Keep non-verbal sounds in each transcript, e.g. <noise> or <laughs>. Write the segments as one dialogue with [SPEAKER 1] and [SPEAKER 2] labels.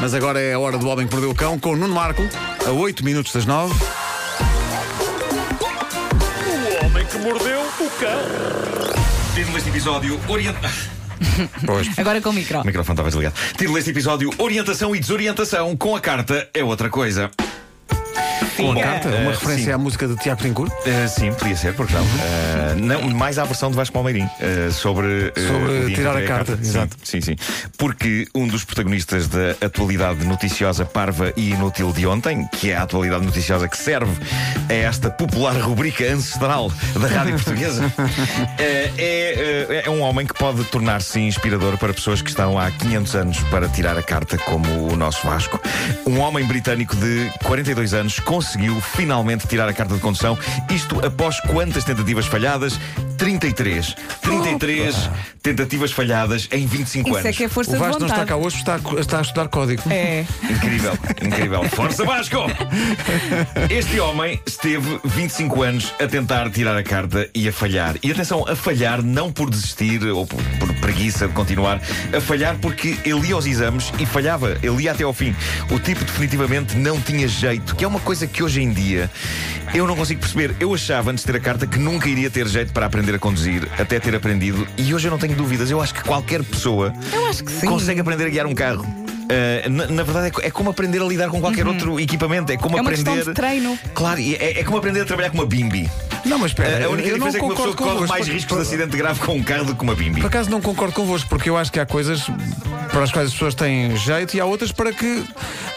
[SPEAKER 1] Mas agora é a hora do Homem que Perdeu o Cão com o Nuno Marco, a 8 minutos das 9.
[SPEAKER 2] O homem que mordeu o cão.
[SPEAKER 3] Título deste episódio Orientação.
[SPEAKER 1] Pois.
[SPEAKER 4] Agora com o
[SPEAKER 3] <laughs>
[SPEAKER 4] micro.
[SPEAKER 3] O microfone estava desligado. Título deste episódio Orientação e Desorientação com a carta é outra coisa. Com
[SPEAKER 1] Uma carta,
[SPEAKER 3] é,
[SPEAKER 1] uma referência à música de Tiago Trincourt.
[SPEAKER 3] eh, sim, podia ser, porque
[SPEAKER 1] Uhum.
[SPEAKER 3] não? Ah, não mais à versão de Vasco Palmeirim ah, sobre, ah,
[SPEAKER 1] Sobre
[SPEAKER 3] o dia em que
[SPEAKER 1] tirar a
[SPEAKER 3] entrei
[SPEAKER 1] carta,
[SPEAKER 3] Sim,
[SPEAKER 1] exato.
[SPEAKER 3] Sim, sim. Porque um dos protagonistas da atualidade noticiosa parva e inútil de ontem, que é a atualidade noticiosa que serve a esta popular rubrica ancestral da rádio portuguesa, eh, é, eh, é um homem que pode tornar-se inspirador para pessoas que estão há 500 anos para tirar a carta, como o nosso Vasco. Um homem britânico de 42 anos conseguiu finalmente tirar a carta de condução, isto após quantas tentativas falhadas? 33. 33 tentativas falhadas em 25
[SPEAKER 4] Oh. Isso
[SPEAKER 3] anos.
[SPEAKER 4] é que é força
[SPEAKER 1] O
[SPEAKER 4] de
[SPEAKER 1] Vasco não
[SPEAKER 4] vontade.
[SPEAKER 1] está cá hoje, está, está a estudar código.
[SPEAKER 4] É.
[SPEAKER 3] Incrível,
[SPEAKER 4] <laughs>
[SPEAKER 3] incrível. Força Vasco! Este homem esteve 25 anos a tentar tirar a carta e a falhar. E atenção, a falhar não por desistir ou por, por preguiça de continuar, a falhar porque ele ia aos exames e falhava, ele ia até ao fim. O tipo definitivamente não tinha jeito, que é uma coisa que hoje em dia eu não consigo perceber. Eu achava antes de ter a carta que nunca iria ter jeito para aprender a conduzir, até ter aprendido, e hoje eu não tenho dúvidas. Eu acho que qualquer pessoa
[SPEAKER 4] Eu acho que sim.
[SPEAKER 3] consegue aprender a guiar um carro. Uh, na, na verdade, é co- é, como aprender a lidar com
[SPEAKER 4] Uhum.
[SPEAKER 3] qualquer outro equipamento. É como
[SPEAKER 4] É uma
[SPEAKER 3] aprender.
[SPEAKER 4] questão de treino.
[SPEAKER 3] Claro, e é, é como aprender a trabalhar com uma bimbi.
[SPEAKER 1] Não, mas
[SPEAKER 3] A-
[SPEAKER 1] espera,
[SPEAKER 3] a única
[SPEAKER 1] eu não
[SPEAKER 3] diferença é que uma pessoa
[SPEAKER 1] concordo
[SPEAKER 3] corre
[SPEAKER 1] convosco.
[SPEAKER 3] mais
[SPEAKER 1] Por-
[SPEAKER 3] riscos
[SPEAKER 1] por-
[SPEAKER 3] de acidente grave com um carro do que uma bimbi.
[SPEAKER 1] Por acaso não concordo convosco, porque eu acho que há coisas para as quais as pessoas têm jeito e há outras para que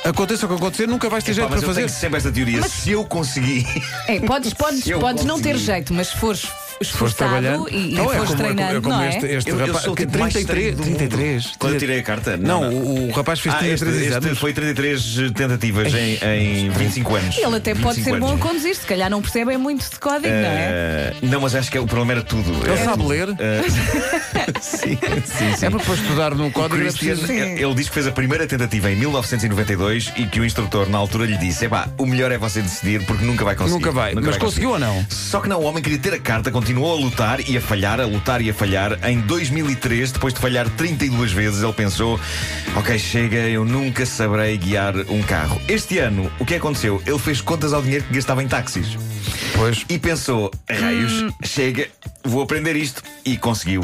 [SPEAKER 1] aconteça o que acontecer, nunca vais ter
[SPEAKER 3] Pá,
[SPEAKER 1] jeito
[SPEAKER 3] mas
[SPEAKER 1] para
[SPEAKER 3] eu
[SPEAKER 1] fazer.
[SPEAKER 3] tenho sempre esta teoria. Se eu conseguir.
[SPEAKER 4] É, podes, podes,
[SPEAKER 3] Eu
[SPEAKER 4] podes não ter
[SPEAKER 3] consegui.
[SPEAKER 4] jeito, mas se fores
[SPEAKER 1] Foste trabalhando.
[SPEAKER 4] esforçado e, e
[SPEAKER 1] Então,
[SPEAKER 4] fores
[SPEAKER 1] como,
[SPEAKER 4] treinando,
[SPEAKER 1] é como
[SPEAKER 4] não é?
[SPEAKER 1] este, este
[SPEAKER 3] Eu- eu
[SPEAKER 1] rapaz.
[SPEAKER 3] sou o
[SPEAKER 1] que
[SPEAKER 3] tipo mais
[SPEAKER 1] 33,
[SPEAKER 3] estranho do mundo.
[SPEAKER 1] 33.
[SPEAKER 3] Quando eu tirei a carta?
[SPEAKER 1] Não,
[SPEAKER 3] Não, não.
[SPEAKER 1] O, o rapaz fez
[SPEAKER 3] Ah,
[SPEAKER 1] 33
[SPEAKER 3] este, este
[SPEAKER 1] exames.
[SPEAKER 3] foi 33 tentativas em, em 25 anos.
[SPEAKER 4] Ele até pode
[SPEAKER 3] 25
[SPEAKER 4] ser bom a
[SPEAKER 3] anos.
[SPEAKER 4] conduzir, se calhar não percebem muito de código, não é?
[SPEAKER 3] Uh, não, mas acho que o problema era tudo.
[SPEAKER 1] Ele
[SPEAKER 3] Era
[SPEAKER 1] sabe
[SPEAKER 3] tudo. Eh,
[SPEAKER 1] ler. <laughs>
[SPEAKER 3] Uh, sim, sim, sim.
[SPEAKER 1] É porque para estudar no código é
[SPEAKER 3] Christian, eh,
[SPEAKER 1] preciso.
[SPEAKER 3] ele ele diz que fez a primeira tentativa em 1992 e que o instrutor na altura lhe disse: "Epá, o melhor é você decidir porque nunca vai conseguir.
[SPEAKER 1] Nunca vai. Mas conseguiu ou não?
[SPEAKER 3] Só que não, o homem queria ter a carta, continuou a lutar e a falhar, a lutar e a falhar. Em 2003, depois de falhar 32 vezes, ele pensou: Ok, chega, eu nunca saberei guiar um carro. Este ano, o que aconteceu? Ele fez contas ao dinheiro que gastava em táxis
[SPEAKER 1] Pois.
[SPEAKER 3] e pensou: raios, chega, vou aprender isto. E conseguiu.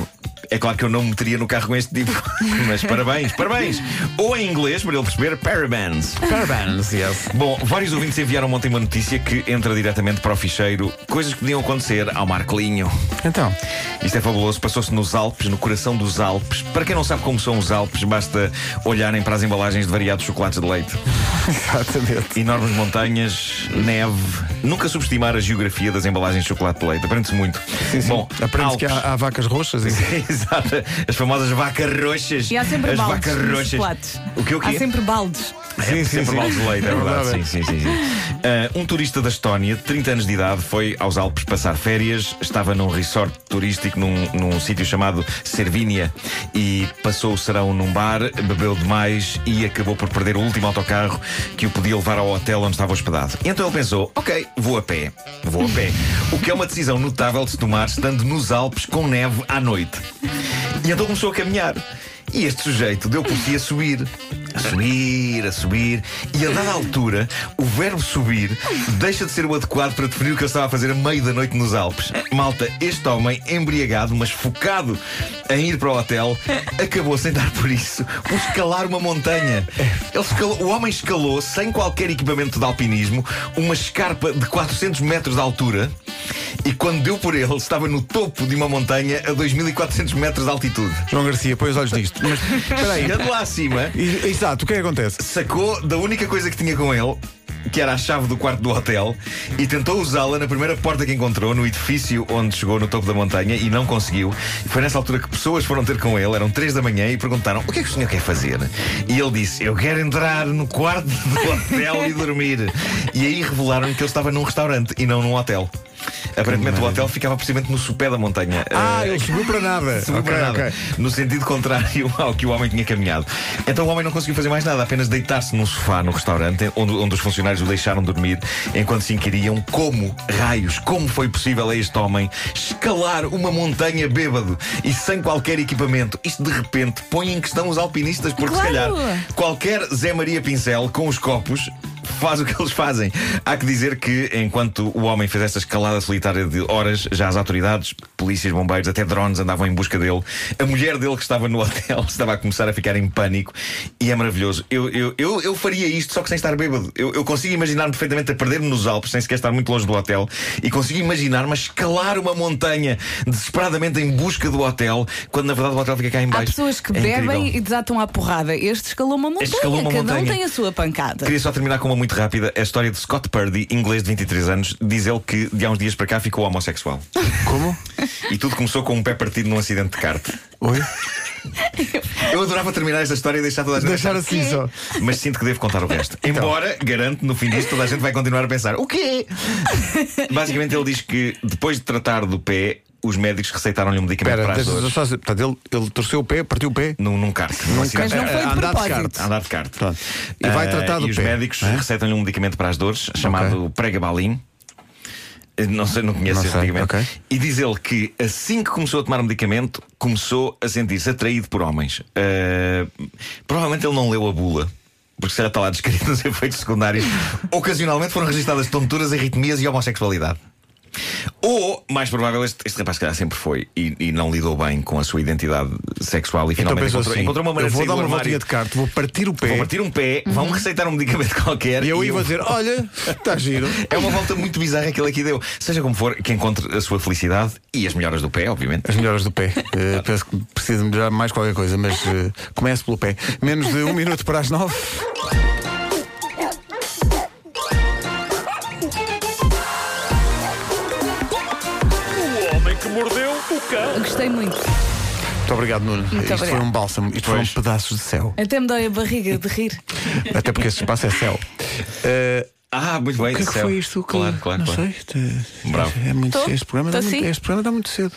[SPEAKER 3] É claro que eu não me meteria no carro com este tipo, <laughs> mas parabéns, parabéns! Ou em inglês, para ele perceber, parabéns.
[SPEAKER 1] Parabéns, yes.
[SPEAKER 3] Bom, vários ouvintes enviaram ontem uma notícia que entra diretamente para o ficheiro. Coisas que podiam acontecer ao Marcelinho.
[SPEAKER 1] Então,
[SPEAKER 3] Isto é fabuloso, passou-se nos Alpes, no coração dos Alpes. Para quem não sabe como são os Alpes, basta olharem para as embalagens de variados chocolates de leite.
[SPEAKER 1] exatamente.
[SPEAKER 3] Enormes montanhas, neve. Nunca subestimar a geografia das embalagens de chocolate de leite. Aprende-se muito. Bom,
[SPEAKER 1] Aprende que
[SPEAKER 3] Alpes. <laughs>
[SPEAKER 1] há, há vacas roxas. e-
[SPEAKER 3] Exato. As famosas vacas roxas.
[SPEAKER 4] E há sempre
[SPEAKER 3] As
[SPEAKER 4] baldes.
[SPEAKER 3] vacas
[SPEAKER 4] nos
[SPEAKER 3] roxas.
[SPEAKER 4] chocolates.
[SPEAKER 3] O que o quê?
[SPEAKER 4] Há sempre baldes.
[SPEAKER 3] É
[SPEAKER 1] Sim, sim,
[SPEAKER 3] sempre
[SPEAKER 1] sim.
[SPEAKER 3] balde de leite, é
[SPEAKER 1] É
[SPEAKER 3] verdade.
[SPEAKER 1] verdade.
[SPEAKER 3] Sim, sim, sim, sim. Ah, um turista da Estónia, de 30 anos de idade, foi aos Alpes passar férias. Estava num resort turístico num, num sítio chamado Servínia e passou o serão num bar, bebeu demais e acabou por perder o último autocarro que o podia levar ao hotel onde estava hospedado. Então ele pensou: ok, vou a pé, vou a pé. O que é uma decisão notável de se tomar estando nos Alpes com neve à noite. E então começou a caminhar. E este sujeito deu por si a subir. A subir, a subir. E a dada altura, o verbo subir deixa de ser o adequado para definir o que ele estava a fazer a meio da noite nos Alpes. Malta, este homem, embriagado, mas focado em ir para o hotel, acabou sem dar por isso por escalar uma montanha. Ele escalou- o homem escalou, sem qualquer equipamento de alpinismo, uma escarpa de 400 metros de altura. E quando deu por ele, estava no topo de uma montanha a 2400 metros de altitude.
[SPEAKER 1] João Garcia, põe os olhos nisto. Mas espera aí.
[SPEAKER 3] Chegando lá acima,
[SPEAKER 1] E- Exato, o que é que acontece?
[SPEAKER 3] sacou da única coisa que tinha com ele, que era a chave do quarto do hotel, e tentou usá-la na primeira porta que encontrou, no edifício onde chegou no topo da montanha, e não conseguiu. E foi nessa altura que pessoas foram ter com ele, eram três da manhã, e perguntaram: O que é que o senhor quer fazer? E ele disse: Eu quero entrar no
[SPEAKER 1] <laughs>
[SPEAKER 3] quarto do hotel e dormir. E aí revelaram que ele estava num restaurante e não num hotel. Aparentemente o hotel ficava precisamente no sopé da montanha.
[SPEAKER 1] Ah,
[SPEAKER 3] Eh,
[SPEAKER 1] ele subiu para nada.
[SPEAKER 3] Subiu
[SPEAKER 1] É, Ok,
[SPEAKER 3] para nada.
[SPEAKER 1] ok.
[SPEAKER 3] No sentido contrário <laughs> ao que o homem tinha caminhado. Então o homem não conseguiu fazer mais nada, apenas deitar-se num sofá no restaurante, onde, onde os funcionários o deixaram dormir, enquanto se inquiriam como, raios, como foi possível a este homem escalar uma montanha bêbado e sem qualquer equipamento. Isto de repente põe em questão os alpinistas, porque se calhar
[SPEAKER 4] Claro.
[SPEAKER 3] qualquer Zé Maria Pincel com os copos. Faz o que eles fazem. Há que dizer que, enquanto o homem fez esta escalada solitária de horas, já as autoridades, polícias, bombeiros, até drones andavam em busca dele. A mulher dele que estava no <laughs> hotel estava a começar a ficar em pânico e é maravilhoso. Eu, eu, eu, eu faria isto só que sem estar bêbado. Eu, eu consigo imaginar-me perfeitamente a perder-me nos Alpes, sem sequer estar muito longe do hotel, e consigo imaginar-me a escalar uma montanha desesperadamente em busca do hotel, quando na verdade o hotel fica cá em
[SPEAKER 4] Há
[SPEAKER 3] baixo.
[SPEAKER 4] pessoas que
[SPEAKER 3] É
[SPEAKER 4] bebem
[SPEAKER 3] incrível.
[SPEAKER 4] e desatam à porrada. Este escalou uma montanha.
[SPEAKER 3] Este escalou uma
[SPEAKER 4] Cada um
[SPEAKER 3] montanha.
[SPEAKER 4] tem a sua pancada.
[SPEAKER 3] Queria só terminar com uma muito rápida. A história de Scott Purdy, inglês de 23 anos, diz ele que de há uns dias para cá ficou
[SPEAKER 1] <laughs>
[SPEAKER 3] homossexual.
[SPEAKER 1] Como?
[SPEAKER 3] E tudo começou com um pé partido num acidente de kart.
[SPEAKER 1] Oi?
[SPEAKER 3] Eu adorava terminar esta história e deixar toda a gente.
[SPEAKER 1] Deixar assim só. Então.
[SPEAKER 3] Mas sinto que devo contar o resto. Embora, garanto, no fim disto toda a gente vai continuar a pensar:
[SPEAKER 1] <laughs>
[SPEAKER 3] o quê? Basicamente, ele diz que depois de tratar do pé, os médicos receitaram-lhe um medicamento
[SPEAKER 1] Espera,
[SPEAKER 3] para as
[SPEAKER 1] deixa
[SPEAKER 3] dores.
[SPEAKER 1] só dizer. Portanto, ele, ele torceu o pé, partiu o pé.
[SPEAKER 3] Num, num kart. Num
[SPEAKER 4] Mas
[SPEAKER 3] acidente
[SPEAKER 4] não
[SPEAKER 3] de
[SPEAKER 4] foi
[SPEAKER 1] a
[SPEAKER 4] de
[SPEAKER 1] andar de
[SPEAKER 4] propósito.
[SPEAKER 1] kart.
[SPEAKER 3] A Andar de kart.
[SPEAKER 1] Pronto. E vai
[SPEAKER 3] Ah,
[SPEAKER 1] tratar do
[SPEAKER 3] e os
[SPEAKER 1] pé,
[SPEAKER 3] médicos
[SPEAKER 1] não é?
[SPEAKER 3] receitam-lhe um medicamento para as dores chamado pregabalin. Eh, Não sei, não conheço
[SPEAKER 1] Não
[SPEAKER 3] esse
[SPEAKER 1] sei,
[SPEAKER 3] medicamento.
[SPEAKER 1] ok.
[SPEAKER 3] E diz ele que assim que começou a tomar o medicamento, começou a sentir-se atraído por homens. Ah, provavelmente ele não leu a bula. Porque se calhar está lá descrito nos <laughs> efeitos secundários. Ocasionalmente foram registadas tonturas, arritmias e homossexualidade. Ou, mais provável, este, este rapaz, se calhar, sempre foi e, e não lidou bem com a sua identidade sexual e
[SPEAKER 1] Então
[SPEAKER 3] finalmente
[SPEAKER 1] pensou
[SPEAKER 3] encontrou,
[SPEAKER 1] assim:
[SPEAKER 3] encontrou uma
[SPEAKER 1] eu
[SPEAKER 3] maneira
[SPEAKER 1] vou
[SPEAKER 3] de sair
[SPEAKER 1] dar
[SPEAKER 3] do
[SPEAKER 1] uma
[SPEAKER 3] armário.
[SPEAKER 1] voltinha de kart, vou partir o
[SPEAKER 3] Vão
[SPEAKER 1] pé. Uhum.
[SPEAKER 3] partir um pé, vão receitar um medicamento qualquer.
[SPEAKER 1] E eu aí vou
[SPEAKER 3] <laughs>
[SPEAKER 1] dizer: olha, está giro.
[SPEAKER 3] É uma volta muito bizarra que ele aqui deu. Seja como for, que encontre a sua felicidade e as melhoras do pé, obviamente.
[SPEAKER 1] As melhoras do pé. Eh, penso que preciso de melhorar mais qualquer coisa, mas eh, comece pelo pé. Menos de um <laughs> minuto para as nove.
[SPEAKER 2] O homem que mordeu o cão.
[SPEAKER 4] Gostei muito.
[SPEAKER 1] Muito obrigado, Nuno. isto
[SPEAKER 4] obrigada.
[SPEAKER 1] foi um bálsamo, isto
[SPEAKER 3] Pois.
[SPEAKER 1] foram pedaços de <laughs> céu.
[SPEAKER 4] Até me dói a barriga de rir.
[SPEAKER 1] Até porque este espaço é céu. Eh,
[SPEAKER 3] Ah, muito bem.
[SPEAKER 1] O que é que
[SPEAKER 3] céu.
[SPEAKER 1] foi isto? que-
[SPEAKER 3] Claro,
[SPEAKER 1] não
[SPEAKER 3] claro, claro.
[SPEAKER 1] sei. te-
[SPEAKER 3] Bravo.
[SPEAKER 1] É muito,
[SPEAKER 4] Tô.
[SPEAKER 1] este, programa
[SPEAKER 4] Tô
[SPEAKER 1] dá muito,
[SPEAKER 4] sim.
[SPEAKER 1] este programa dá muito cedo.